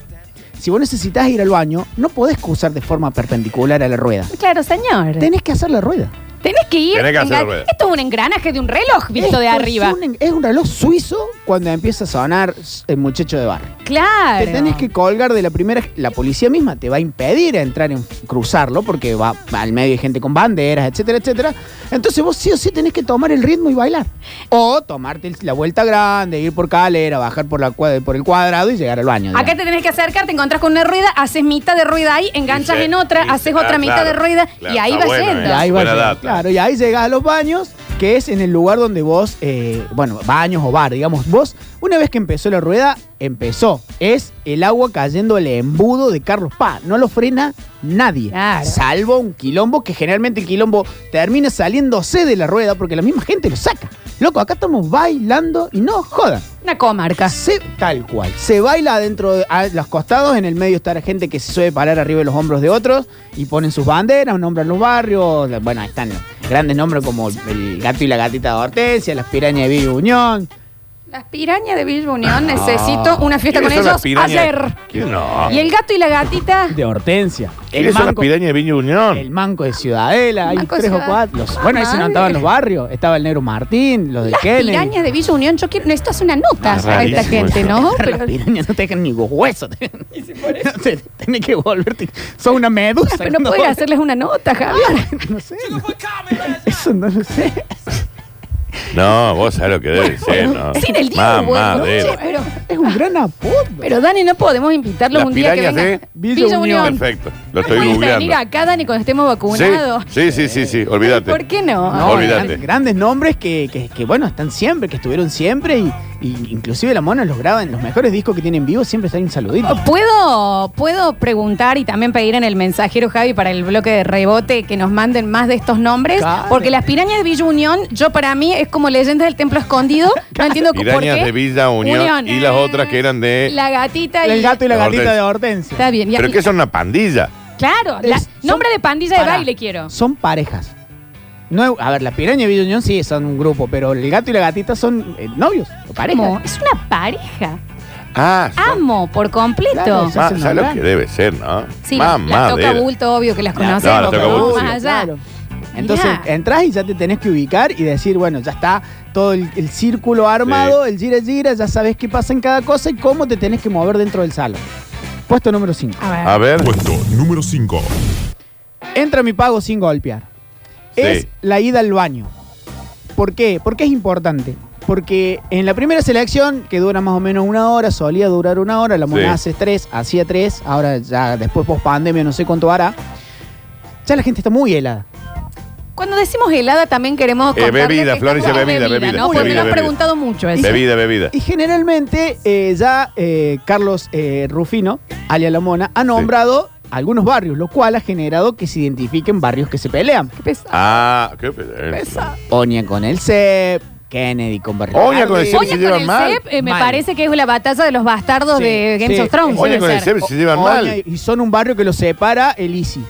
[SPEAKER 2] Si vos necesitas ir al baño, no podés cruzar de forma perpendicular a la rueda.
[SPEAKER 3] claro, señor.
[SPEAKER 2] Tenés que hacer la rueda.
[SPEAKER 3] Tenés que ir.
[SPEAKER 4] Tenés que hacer la
[SPEAKER 3] engan-
[SPEAKER 4] rueda.
[SPEAKER 3] Esto es un engranaje de un reloj visto de
[SPEAKER 2] Esto es
[SPEAKER 3] arriba.
[SPEAKER 2] un- es un reloj suizo cuando empieza a sonar el muchacho de barrio.
[SPEAKER 3] Claro.
[SPEAKER 2] Te tenés que colgar de la primera. La policía misma te va a impedir entrar en cruzarlo porque va al medio hay gente con banderas, etcétera, etcétera. Entonces vos sí o sí tenés que tomar el ritmo y bailar. O tomarte el- la vuelta grande, ir por calera, bajar por, la, cua- por el cuadrado y llegar al baño. digamos.
[SPEAKER 3] Acá te tenés que acercar, te encontrás con una rueda, haces mitad de rueda ahí, enganchas
[SPEAKER 4] Dice-
[SPEAKER 3] en otra,
[SPEAKER 4] dice-
[SPEAKER 3] haces otra
[SPEAKER 4] ah,
[SPEAKER 3] mitad
[SPEAKER 4] claro,
[SPEAKER 3] de rueda
[SPEAKER 4] claro,
[SPEAKER 3] y ahí
[SPEAKER 4] está
[SPEAKER 3] va
[SPEAKER 4] bueno, eh.
[SPEAKER 3] yendo.
[SPEAKER 2] Y ahí vas
[SPEAKER 4] Buena
[SPEAKER 2] llegando,
[SPEAKER 4] data.
[SPEAKER 2] claro, y ahí llegás a los baños, que es en el lugar donde vos, eh, bueno, baños o bar, digamos, vos, una vez que empezó la rueda, empezó. Es el agua cayendo el embudo de Carlos Paz. No lo frena nadie.
[SPEAKER 3] Claro.
[SPEAKER 2] Salvo un quilombo, que generalmente el quilombo termina saliéndose de la rueda porque la misma gente lo saca. Loco, acá estamos bailando y no jodan.
[SPEAKER 3] Una comarca.
[SPEAKER 2] Se- tal cual. Se baila adentro de a los costados, en el medio está la gente que se suele parar arriba de los hombros de otros y ponen sus banderas, nombran los barrios. la- Bueno, ahí están los grandes nombres como el gato y la gatita de Hortensia, las pirañas de Villa Unión.
[SPEAKER 3] Las pirañas de Bilbo
[SPEAKER 2] Ah.
[SPEAKER 3] Unión, necesito una fiesta con
[SPEAKER 4] ¿Quiénes son las
[SPEAKER 3] ellos
[SPEAKER 4] pirañas? Ah.
[SPEAKER 3] ayer.
[SPEAKER 4] ¿Quién no?
[SPEAKER 3] Y el gato y la gatita.
[SPEAKER 2] De Hortensia. El
[SPEAKER 4] ¿Quiénes son las
[SPEAKER 2] manco,
[SPEAKER 4] pirañas de Viña Unión?
[SPEAKER 2] el manco de Ciudadela, hay
[SPEAKER 3] Manco de
[SPEAKER 2] tres o
[SPEAKER 3] Ciudadela.
[SPEAKER 2] cuatro. Los- bueno, ahí se
[SPEAKER 3] Madre.
[SPEAKER 2] notaban los barrios. Estaba el negro Martín, los de
[SPEAKER 3] Las
[SPEAKER 2] Kennedy.
[SPEAKER 3] pirañas de Villa Unión, yo quiero, necesito hacer una nota
[SPEAKER 4] Es
[SPEAKER 3] a esta
[SPEAKER 4] Ah, rarísimo
[SPEAKER 3] gente,
[SPEAKER 4] eso. [laughs]
[SPEAKER 3] ¿no?
[SPEAKER 2] [laughs] Las
[SPEAKER 3] Pero-
[SPEAKER 2] pirañas no te dejan ni los
[SPEAKER 3] [laughs]
[SPEAKER 2] huesos. [laughs] No te- tenés que volverte. Son una medusa.
[SPEAKER 3] pero no puedes
[SPEAKER 2] puedes
[SPEAKER 3] hacerles una nota, Javier.
[SPEAKER 2] No sé. Eso no lo sé.
[SPEAKER 4] No, vos sabés lo que debe ser, Ah, ¿no?
[SPEAKER 3] Sin el Diego,
[SPEAKER 4] Mamá,
[SPEAKER 3] bueno,
[SPEAKER 4] de-
[SPEAKER 3] che, pero,
[SPEAKER 2] Es un gran apodo.
[SPEAKER 3] pero Dani, no podemos invitarlos
[SPEAKER 4] Las
[SPEAKER 3] un día que
[SPEAKER 4] pirañas
[SPEAKER 3] vengan.
[SPEAKER 4] de
[SPEAKER 2] Villa Unión.
[SPEAKER 4] Perfecto, lo
[SPEAKER 3] No
[SPEAKER 4] estoy
[SPEAKER 3] pueden venir
[SPEAKER 4] googleando.
[SPEAKER 3] acá, Dani, cuando estemos vacunados.
[SPEAKER 4] Sí, sí, sí, sí, sí, olvídate.
[SPEAKER 3] ¿Por qué no?
[SPEAKER 4] No, olvídate.
[SPEAKER 2] eran Grandes nombres que, que- que, bueno, están siempre, que estuvieron siempre y, y inclusive la mona los graba en los mejores discos que tienen vivos, siempre están
[SPEAKER 3] Oh,
[SPEAKER 2] insaluditos.
[SPEAKER 3] ¿Puedo, puedo preguntar y también pedir en el mensajero Javi para el bloque de rebote que nos manden más de estos nombres.
[SPEAKER 2] Claro.
[SPEAKER 3] Porque las pirañas de Villa Unión, yo para mí es como leyendas del templo escondido.
[SPEAKER 4] [laughs]
[SPEAKER 3] No entiendo por
[SPEAKER 4] Pirañas
[SPEAKER 3] qué.
[SPEAKER 4] de Villa Unión, y las otras que eran de...
[SPEAKER 3] La gatita y.
[SPEAKER 2] El gato y la
[SPEAKER 4] La
[SPEAKER 2] gatita de Hortensia.
[SPEAKER 3] Está bien. y-
[SPEAKER 4] ¿Pero qué son una pandilla?
[SPEAKER 3] Claro, la-
[SPEAKER 2] Es- son-
[SPEAKER 3] nombre de pandilla de
[SPEAKER 2] Pará,
[SPEAKER 3] baile quiero.
[SPEAKER 2] Son parejas. No, a ver, la piraña y Villa Unión sí son un grupo, pero el gato y la gatita son eh, novios, o parejas.
[SPEAKER 3] ¿Cómo? Es una pareja.
[SPEAKER 4] Ah,
[SPEAKER 3] Amo por
[SPEAKER 2] Claro,
[SPEAKER 3] completo.
[SPEAKER 2] sí.
[SPEAKER 4] ma-
[SPEAKER 2] se
[SPEAKER 4] ¿sabes lo
[SPEAKER 2] nombran.
[SPEAKER 4] que debe ser, no?
[SPEAKER 3] Sí, la, la
[SPEAKER 4] Mamadera.
[SPEAKER 3] toca bulto, obvio que las conocemos.
[SPEAKER 4] no, la toca
[SPEAKER 3] pero
[SPEAKER 4] bulto,
[SPEAKER 3] más
[SPEAKER 4] sí.
[SPEAKER 3] allá.
[SPEAKER 2] Claro. Entonces
[SPEAKER 3] Mirá.
[SPEAKER 2] entras y ya te tenés que ubicar y decir, bueno, ya está todo el, el círculo armado, el gira gira, ya sabes qué pasa en cada cosa y cómo te tenés que mover dentro del salón. Puesto número 5.
[SPEAKER 3] A ver.
[SPEAKER 4] A ver,
[SPEAKER 2] Pues,
[SPEAKER 1] Puesto número 5.
[SPEAKER 2] Entra mi pago sin golpear.
[SPEAKER 4] Sí.
[SPEAKER 2] Es la ida al baño. ¿Por qué? Porque es importante. Porque en la primera selección, que dura más o menos una hora, solía durar una hora, la mona
[SPEAKER 4] Sí.
[SPEAKER 2] hace tres, hacía tres, ahora ya después post pandemia no sé cuánto hará. Ya la gente está muy helada.
[SPEAKER 3] Cuando decimos helada también queremos
[SPEAKER 4] Eh,
[SPEAKER 3] contarles
[SPEAKER 4] bebida,
[SPEAKER 3] que
[SPEAKER 4] Florencia,
[SPEAKER 3] estamos-
[SPEAKER 4] bebida, bebida,
[SPEAKER 3] ¿no? Porque
[SPEAKER 4] bebida,
[SPEAKER 3] me han
[SPEAKER 4] bebida.
[SPEAKER 3] preguntado mucho eso.
[SPEAKER 4] bebida, bebida.
[SPEAKER 2] Y generalmente eh, ya eh, Carlos eh, Rufino, alias La Mona, ha nombrado algunos barrios, lo cual ha generado que se identifiquen barrios que se pelean.
[SPEAKER 3] Qué pesado.
[SPEAKER 4] Ah, qué pesa.
[SPEAKER 2] Oña con el CEP, Kennedy con Barrio
[SPEAKER 4] Oña con el E
[SPEAKER 2] Verde.
[SPEAKER 4] CEP. se
[SPEAKER 3] Oye, con
[SPEAKER 4] llevan
[SPEAKER 3] el
[SPEAKER 4] mal.
[SPEAKER 3] CEP, eh, me
[SPEAKER 2] Mal.
[SPEAKER 3] parece que es la batalla de los bastardos
[SPEAKER 2] Sí,
[SPEAKER 3] de Games
[SPEAKER 2] sí.
[SPEAKER 3] of Thrones.
[SPEAKER 4] Oye,
[SPEAKER 3] debe
[SPEAKER 4] con el
[SPEAKER 3] ser.
[SPEAKER 4] CEP se llevan
[SPEAKER 2] Oña,
[SPEAKER 4] mal.
[SPEAKER 2] Y son un barrio que los separa el ICI.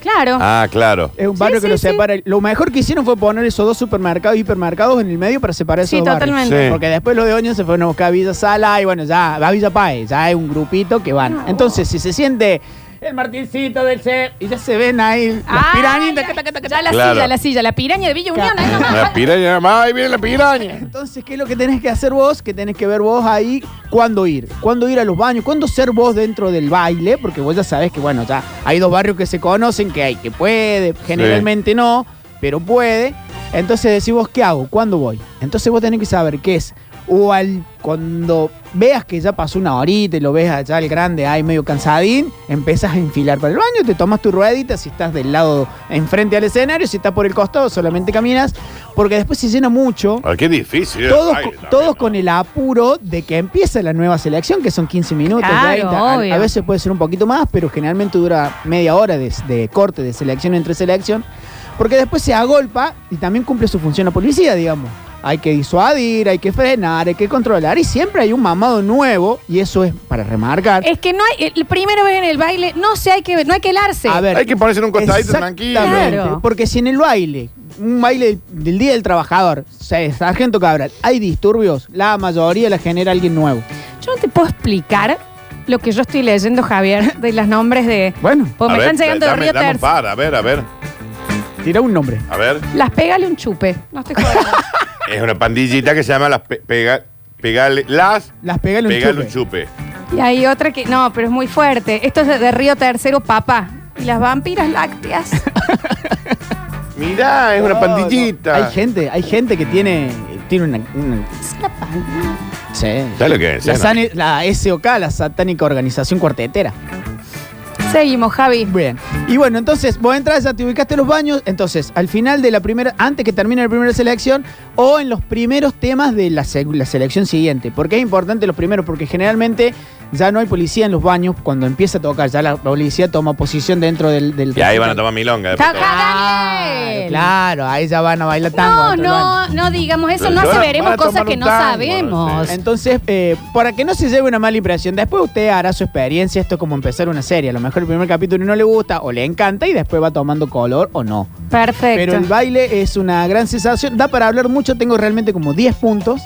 [SPEAKER 3] Claro.
[SPEAKER 4] Ah, claro.
[SPEAKER 2] Es un
[SPEAKER 3] Sí,
[SPEAKER 2] barrio
[SPEAKER 3] sí,
[SPEAKER 2] que los
[SPEAKER 3] sí.
[SPEAKER 2] separa. Lo mejor que hicieron fue poner esos dos supermercados y hipermercados en el medio para separar esos
[SPEAKER 3] sí,
[SPEAKER 2] dos barrios.
[SPEAKER 3] totalmente.
[SPEAKER 4] Sí.
[SPEAKER 2] Porque después los de Oña se fueron a buscar a Villa Sala y bueno, ya va a Villa Pae, ya hay un grupito que van. Entonces, si se siente el martincito del CEP y ya se ven ahí las
[SPEAKER 3] Ah,
[SPEAKER 2] piranitas,
[SPEAKER 3] ya,
[SPEAKER 2] taca, taca, taca.
[SPEAKER 3] ya la
[SPEAKER 4] Claro.
[SPEAKER 3] silla, la silla, la piraña de Villa Unión. ahí nomás.
[SPEAKER 4] La piraña, ma, ahí viene la piraña.
[SPEAKER 2] Entonces, ¿qué es lo que tenés que hacer vos? Que tenés que ver vos ahí cuándo ir, cuándo ir a los baños, cuándo ser vos dentro del baile, porque vos ya sabés que, bueno, ya hay dos barrios que se conocen, que hay que puede, generalmente no, pero puede. Entonces decís vos, ¿qué hago? ¿Cuándo voy? Entonces vos tenés que saber qué es. O al, cuando veas que ya pasó una horita y lo ves allá el grande ahí medio cansadín, empezás a enfilar para el baño, te tomas tu ruedita, si estás del lado enfrente al escenario, si estás por el costado, solamente caminas, porque después se llena mucho
[SPEAKER 4] Ah, qué difícil. era el
[SPEAKER 2] todos,
[SPEAKER 4] baile
[SPEAKER 2] co-
[SPEAKER 4] también,
[SPEAKER 2] todos
[SPEAKER 4] ¿no?
[SPEAKER 2] con el apuro de que empiece la nueva selección, que son 15 minutos.
[SPEAKER 3] Claro,
[SPEAKER 2] 30. A- A,
[SPEAKER 3] obvio.
[SPEAKER 2] veces puede ser un poquito más, pero generalmente dura media hora de, de corte, de selección entre selección. Porque después se agolpa y también cumple su función la policía, digamos. Hay que disuadir, hay que frenar, hay que controlar. Y siempre hay un mamado nuevo, y eso es para remarcar.
[SPEAKER 3] Es que no hay, el primero vez en el baile, no sé, hay que, no hay que helarse.
[SPEAKER 2] A ver,
[SPEAKER 4] Hay que ponerse en un costadito tranquilo.
[SPEAKER 2] Exactamente,
[SPEAKER 3] Claro.
[SPEAKER 2] Porque si en el baile, un baile del, del Día del Trabajador, se- Sargento Cabral, hay disturbios, la mayoría la genera alguien nuevo.
[SPEAKER 3] Yo no te puedo explicar lo que yo estoy leyendo, Javier, de los nombres de.
[SPEAKER 2] Bueno,
[SPEAKER 3] Porque
[SPEAKER 4] A
[SPEAKER 3] Pues me
[SPEAKER 4] ver,
[SPEAKER 3] están llegando de
[SPEAKER 4] dame-
[SPEAKER 3] Río
[SPEAKER 4] dame un
[SPEAKER 3] Terce.
[SPEAKER 4] par, a ver, a ver.
[SPEAKER 2] tira un nombre.
[SPEAKER 4] A ver.
[SPEAKER 3] Las pégale un chupe. No estoy
[SPEAKER 2] [laughs]
[SPEAKER 3] jodiendo.
[SPEAKER 4] Es una pandillita que se llama las pe- pega, pegale, las
[SPEAKER 2] Las pega un
[SPEAKER 4] pegale un
[SPEAKER 2] chupe.
[SPEAKER 4] chupe.
[SPEAKER 3] y hay otra que. No, pero es muy fuerte. Esto es de, de Río Tercero, papá. Y las vampiras
[SPEAKER 2] [laughs]
[SPEAKER 3] lácteas.
[SPEAKER 4] Mirá, es una
[SPEAKER 2] No,
[SPEAKER 4] pandillita.
[SPEAKER 2] no. Hay gente, hay gente que tiene, tiene una, una-
[SPEAKER 3] Es la pan-
[SPEAKER 2] sí.
[SPEAKER 4] ¿Sabes lo que es?
[SPEAKER 2] La,
[SPEAKER 4] no?
[SPEAKER 2] sani- la SOK, la satánica organización cuartetera.
[SPEAKER 3] Seguimos, Javi.
[SPEAKER 2] Bien. Y bueno, entonces vos entras, ya te ubicaste en los baños. Entonces, al final de la primera, antes que termine la primera selección o en los primeros temas de la, seg- la selección siguiente. Porque es importante los primeros, porque generalmente ya no hay policía en los baños cuando empieza a tocar. Ya la policía toma posición dentro del. del
[SPEAKER 4] Y ahí van a tomar milonga. después
[SPEAKER 3] Está
[SPEAKER 4] todo.
[SPEAKER 3] Daniel.
[SPEAKER 2] Claro, claro, ahí ya van a bailar tango.
[SPEAKER 3] No,
[SPEAKER 2] dentro del baño.
[SPEAKER 3] no, no digamos eso,
[SPEAKER 4] Pero
[SPEAKER 3] no
[SPEAKER 4] yo-
[SPEAKER 3] aseveremos
[SPEAKER 4] van a
[SPEAKER 3] cosas
[SPEAKER 4] tomar
[SPEAKER 3] que
[SPEAKER 4] un
[SPEAKER 3] no
[SPEAKER 4] tango, no
[SPEAKER 3] sabemos.
[SPEAKER 4] sé.
[SPEAKER 2] Entonces, eh, para que no se lleve una mala impresión, después usted hará su experiencia, esto es como empezar una serie, a lo mejor el primer capítulo no le gusta o le encanta y después va tomando color o no. Pero el
[SPEAKER 3] Perfecto.
[SPEAKER 2] baile es una gran sensación, da para hablar mucho, tengo realmente como 10 puntos,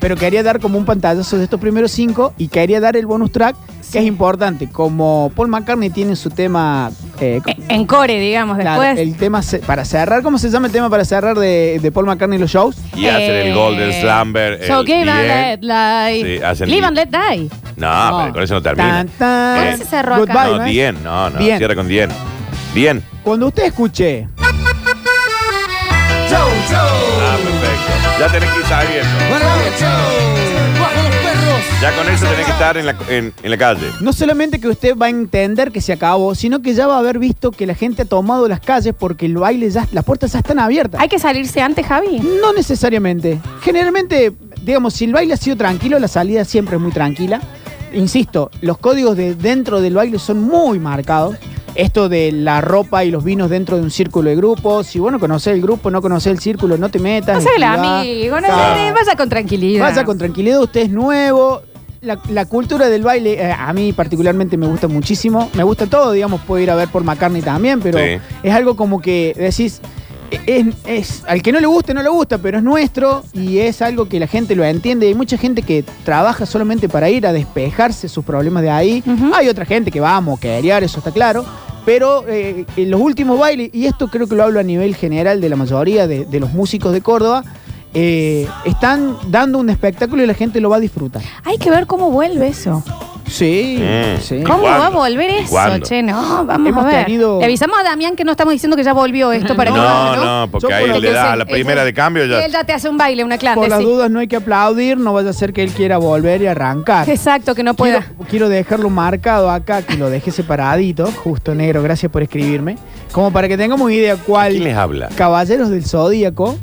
[SPEAKER 2] pero quería dar como un pantallazo de estos primeros 5 y quería dar el bonus track, que es importante, como Paul McCartney tiene su tema... eh,
[SPEAKER 3] En, en core, digamos,
[SPEAKER 2] claro,
[SPEAKER 3] después.
[SPEAKER 2] el tema ce- para cerrar, ¿cómo se llama el tema para cerrar de, de Paul McCartney y los shows?
[SPEAKER 4] Y hacen el Golden Slumber.
[SPEAKER 3] Eh, So
[SPEAKER 4] el
[SPEAKER 3] give and let
[SPEAKER 4] bien.
[SPEAKER 3] die.
[SPEAKER 4] Sí, hacen
[SPEAKER 3] Live
[SPEAKER 4] die.
[SPEAKER 3] and let die.
[SPEAKER 4] No,
[SPEAKER 2] No.
[SPEAKER 4] pero con eso no termina.
[SPEAKER 2] Tan, tan.
[SPEAKER 4] ¿Cuál se
[SPEAKER 3] cerró acá?
[SPEAKER 2] Goodbye,
[SPEAKER 4] No,
[SPEAKER 2] ¿no es?
[SPEAKER 4] Dien, no, no.
[SPEAKER 2] Dien.
[SPEAKER 4] Cierra con Dien. Dien.
[SPEAKER 2] Cuando usted escuche
[SPEAKER 4] Ah, perfecto. Ya tenés que ir sabiendo. Ya con eso tenés que estar en la, en, en la calle.
[SPEAKER 2] No solamente que usted va a entender que se acabó, sino que ya va a haber visto que la gente ha tomado las calles porque el baile ya, las puertas ya están abiertas.
[SPEAKER 3] Hay que salirse antes, Javi.
[SPEAKER 2] No necesariamente. Generalmente, digamos, si el baile ha sido tranquilo, la salida siempre es muy tranquila. Insisto, los códigos de dentro del baile son muy marcados. Esto de la ropa y los vinos dentro de un círculo de grupo. Si vos no conocés el grupo, no conocés el círculo, no te metas.
[SPEAKER 3] No sea el
[SPEAKER 2] esquivá.
[SPEAKER 3] amigo, no,
[SPEAKER 2] Claro.
[SPEAKER 3] eh, vaya con tranquilidad.
[SPEAKER 2] Vaya con tranquilidad, usted es nuevo. La, la cultura del baile, eh, a mí particularmente me gusta muchísimo. Me gusta todo, digamos, puedo ir a ver por McCartney también, pero
[SPEAKER 4] Sí.
[SPEAKER 2] es algo como que decís, es, es- al que no le guste, no le gusta, pero es nuestro y es algo que la gente lo entiende. Hay mucha gente que trabaja solamente para ir a despejarse sus problemas de ahí. Hay otra gente que va a moquerear, eso está claro. Pero eh, en los últimos bailes, y esto creo que lo hablo a nivel general de la mayoría de, de los músicos de Córdoba, eh, están dando un espectáculo y la gente lo va a disfrutar.
[SPEAKER 3] Hay que ver cómo vuelve eso.
[SPEAKER 2] Sí,
[SPEAKER 4] Mm.
[SPEAKER 2] sí.
[SPEAKER 3] ¿Cómo
[SPEAKER 4] ¿Cuándo?
[SPEAKER 3] va a volver eso,
[SPEAKER 4] ¿Cuándo?
[SPEAKER 3] che? No, vamos
[SPEAKER 2] Hemos
[SPEAKER 3] a ver.
[SPEAKER 2] tenido-
[SPEAKER 3] Le avisamos a Damián que no estamos diciendo que ya volvió esto para que
[SPEAKER 4] No, no,
[SPEAKER 2] Yo
[SPEAKER 4] porque
[SPEAKER 2] por
[SPEAKER 4] ahí
[SPEAKER 2] lo
[SPEAKER 4] le
[SPEAKER 2] que
[SPEAKER 4] da
[SPEAKER 2] sé,
[SPEAKER 4] a la
[SPEAKER 3] él-
[SPEAKER 4] primera de cambio ya.
[SPEAKER 3] Él ya te hace un baile, una
[SPEAKER 2] Por las
[SPEAKER 3] clandestina.
[SPEAKER 2] dudas no hay que aplaudir, no vaya a ser que él quiera volver y arrancar.
[SPEAKER 3] Exacto, que no
[SPEAKER 2] Quiero,
[SPEAKER 3] pueda.
[SPEAKER 2] quiero dejarlo marcado acá, que lo deje separadito, justo negro, gracias por escribirme. Como para que tengamos idea
[SPEAKER 4] ¿A ¿Quién les
[SPEAKER 2] cuál
[SPEAKER 4] habla?
[SPEAKER 2] Caballeros del Zodíaco.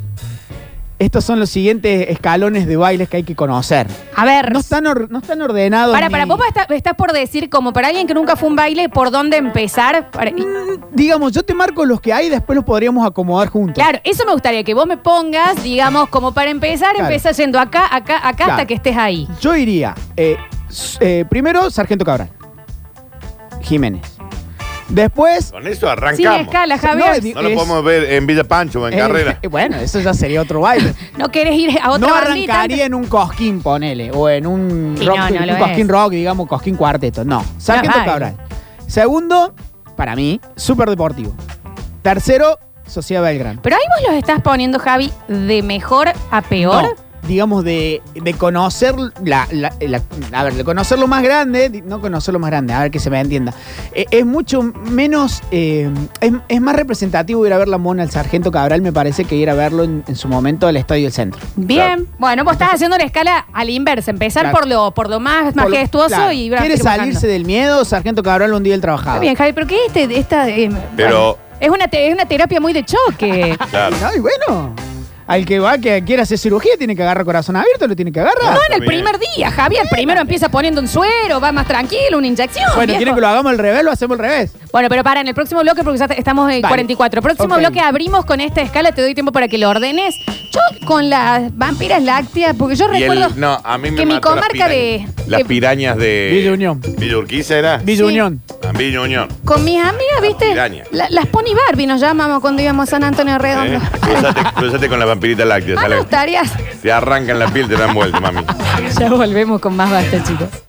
[SPEAKER 2] Estos son los siguientes escalones de bailes que hay que conocer.
[SPEAKER 3] A ver.
[SPEAKER 2] No están, or- no están ordenados.
[SPEAKER 3] Para,
[SPEAKER 2] ni-
[SPEAKER 3] para, vos está- estás por decir, como para alguien que nunca fue a un baile, por dónde empezar. Para- y-
[SPEAKER 2] Mm, Digamos, yo te marco los que hay, después los podríamos acomodar juntos.
[SPEAKER 3] claro, eso me gustaría que vos me pongas, digamos, como para empezar,
[SPEAKER 2] Claro.
[SPEAKER 3] empezás yendo acá, acá, acá, hasta
[SPEAKER 2] Claro.
[SPEAKER 3] que estés ahí.
[SPEAKER 2] Yo iría, eh, s- eh, primero, Sargento Cabral. Jiménez. Después...
[SPEAKER 4] Con eso
[SPEAKER 3] Sin
[SPEAKER 4] arrancamos.
[SPEAKER 3] escala,
[SPEAKER 2] No,
[SPEAKER 3] Javier.
[SPEAKER 2] es di-
[SPEAKER 4] No lo podemos ver en Villa Pancho o en
[SPEAKER 2] eh,
[SPEAKER 4] Carrera.
[SPEAKER 2] eh, bueno, eso ya sería otro baile.
[SPEAKER 3] No querés ir a otra
[SPEAKER 2] no
[SPEAKER 3] bandita
[SPEAKER 2] arrancaría en un cosquín, ponele, o en un,
[SPEAKER 3] Sí,
[SPEAKER 2] rock-
[SPEAKER 3] no, no
[SPEAKER 2] un
[SPEAKER 3] lo
[SPEAKER 2] cosquín
[SPEAKER 3] es.
[SPEAKER 2] rock, digamos, cosquín cuarteto. No, Sargento
[SPEAKER 3] No,
[SPEAKER 2] Cabral. Segundo, para mí, súper deportivo. Tercero, Sociedad Belgrano.
[SPEAKER 3] Pero ahí vos los estás poniendo, Javi, de mejor a peor.
[SPEAKER 2] No, digamos, de, de conocer la, la- la- A ver, de conocer lo más grande, di- no conocer lo más grande, a ver que se me entienda. Eh, es mucho menos. eh, es, es más representativo ir a ver la mona al Sargento Cabral, me parece, que ir a verlo en, en su momento al Estadio del Centro.
[SPEAKER 3] Bien. Bueno, vos estás haciendo una escala al inverso. Empezar
[SPEAKER 2] Claro.
[SPEAKER 3] por lo por lo más
[SPEAKER 2] Por lo-
[SPEAKER 3] majestuoso
[SPEAKER 2] claro,
[SPEAKER 3] y
[SPEAKER 2] Quiere
[SPEAKER 3] ir bajando.
[SPEAKER 2] salirse del miedo, Sargento Cabral, un día del trabajador.
[SPEAKER 3] Está bien, Javi, pero ¿qué es este, esta. eh,
[SPEAKER 4] Pero-
[SPEAKER 3] bueno, es, una te- es una terapia muy de
[SPEAKER 2] [laughs]
[SPEAKER 3] choque.
[SPEAKER 4] Claro.
[SPEAKER 2] Ay, bueno. Al que va, que quiera hacer cirugía, tiene que agarrar corazón abierto, lo tiene que agarrar.
[SPEAKER 3] No en el
[SPEAKER 4] Está bien.
[SPEAKER 3] primer día, Javier. Primero empieza poniendo un suero, va más tranquilo, una inyección.
[SPEAKER 2] bueno,
[SPEAKER 3] viejo.
[SPEAKER 2] quieren que lo hagamos al revés, lo hacemos al revés.
[SPEAKER 3] Bueno, pero para, en el próximo bloque, porque ya te- estamos en
[SPEAKER 2] Vale.
[SPEAKER 3] 44. Próximo
[SPEAKER 2] Ok.
[SPEAKER 3] bloque abrimos con esta escala, te doy tiempo para que lo ordenes. Yo con las vampiras lácteas, porque yo
[SPEAKER 4] Y el-
[SPEAKER 3] recuerdo
[SPEAKER 4] no, a mí me
[SPEAKER 3] que mi
[SPEAKER 4] mató las
[SPEAKER 3] comarca de.
[SPEAKER 4] pirañas. Las
[SPEAKER 3] que-
[SPEAKER 4] pirañas de.
[SPEAKER 2] Villa Unión.
[SPEAKER 4] Villa Urquiza era.
[SPEAKER 2] Villa
[SPEAKER 3] Sí.
[SPEAKER 2] Unión.
[SPEAKER 4] Ah, Villa Unión.
[SPEAKER 3] Con mis amigas, ¿viste?
[SPEAKER 4] pirañas.
[SPEAKER 3] La- las Pony Barbie nos llamamos cuando íbamos a San Antonio Redondo.
[SPEAKER 4] ¿eh? Cruzate, cruzate con la vampirita láctea.
[SPEAKER 3] Ah,
[SPEAKER 4] sale.
[SPEAKER 3] no, tareas.
[SPEAKER 4] Te arrancan la piel, te dan vuelta, mami.
[SPEAKER 3] Ya volvemos con más basta, chicos.